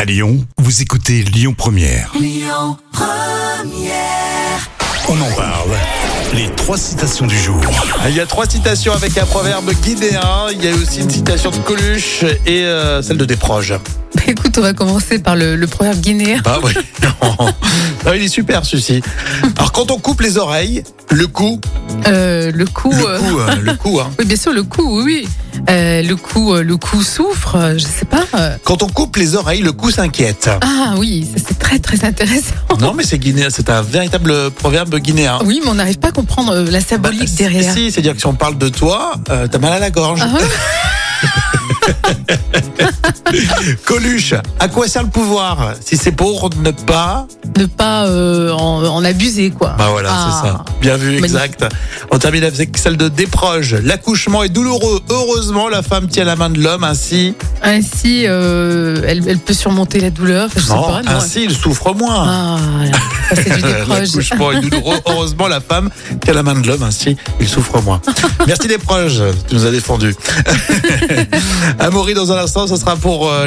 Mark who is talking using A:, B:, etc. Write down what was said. A: À Lyon, vous écoutez Lyon Première. On en parle. Les trois citations du jour.
B: Ah, Il y a trois citations avec un proverbe guinéen. Il y a aussi une citation de Coluche et euh, celle de Desproges.
C: Bah, écoute, on va commencer par le, le proverbe guinéen.
B: Bah oui. non. Non, Ah, il est super celui-ci. Alors quand on coupe les oreilles, le cou,
C: Euh, le cou.
B: le
C: euh,
B: cou, euh, le cou. Hein.
C: Oui, bien sûr, le cou, oui, oui. Euh, le cou, euh, le cou souffre, euh, je sais pas. euh.
B: Quand on coupe les oreilles, le cou s'inquiète.
C: Ah oui, ça c'est très très intéressant.
B: Non mais c'est guinéen, c'est un véritable proverbe guinéen.
C: Oui, mais on n'arrive pas à comprendre euh,
B: Bah,
C: la symbolique
B: si,
C: derrière.
B: Si, c'est-à-dire que si on parle de toi, euh, t'as mal à la gorge.
C: Ah, ouais.
B: Coluche, à quoi sert le pouvoir si c'est pour ne pas
C: ne pas euh, en, en abuser, quoi.
B: Bah voilà, c'est ça.
C: Ah.
B: Bien vu,
C: Magnifique.
B: exact. On termine avec celle de Desproges. L'accouchement est douloureux. Heureusement, la femme tient la main de l'homme. Ainsi,
C: Ainsi, euh, elle, elle peut surmonter la douleur. Je sais
B: Non,
C: pas, non.
B: ainsi, il souffre moins. Euh,
C: Ah, voilà. Ça, c'est du déproche.
B: L'accouchement est douloureux. Heureusement, la femme tient la main de l'homme. Ainsi, il souffre moins. Merci Desproges, tu nous as défendu. Amaury, dans un instant, ce sera pour euh,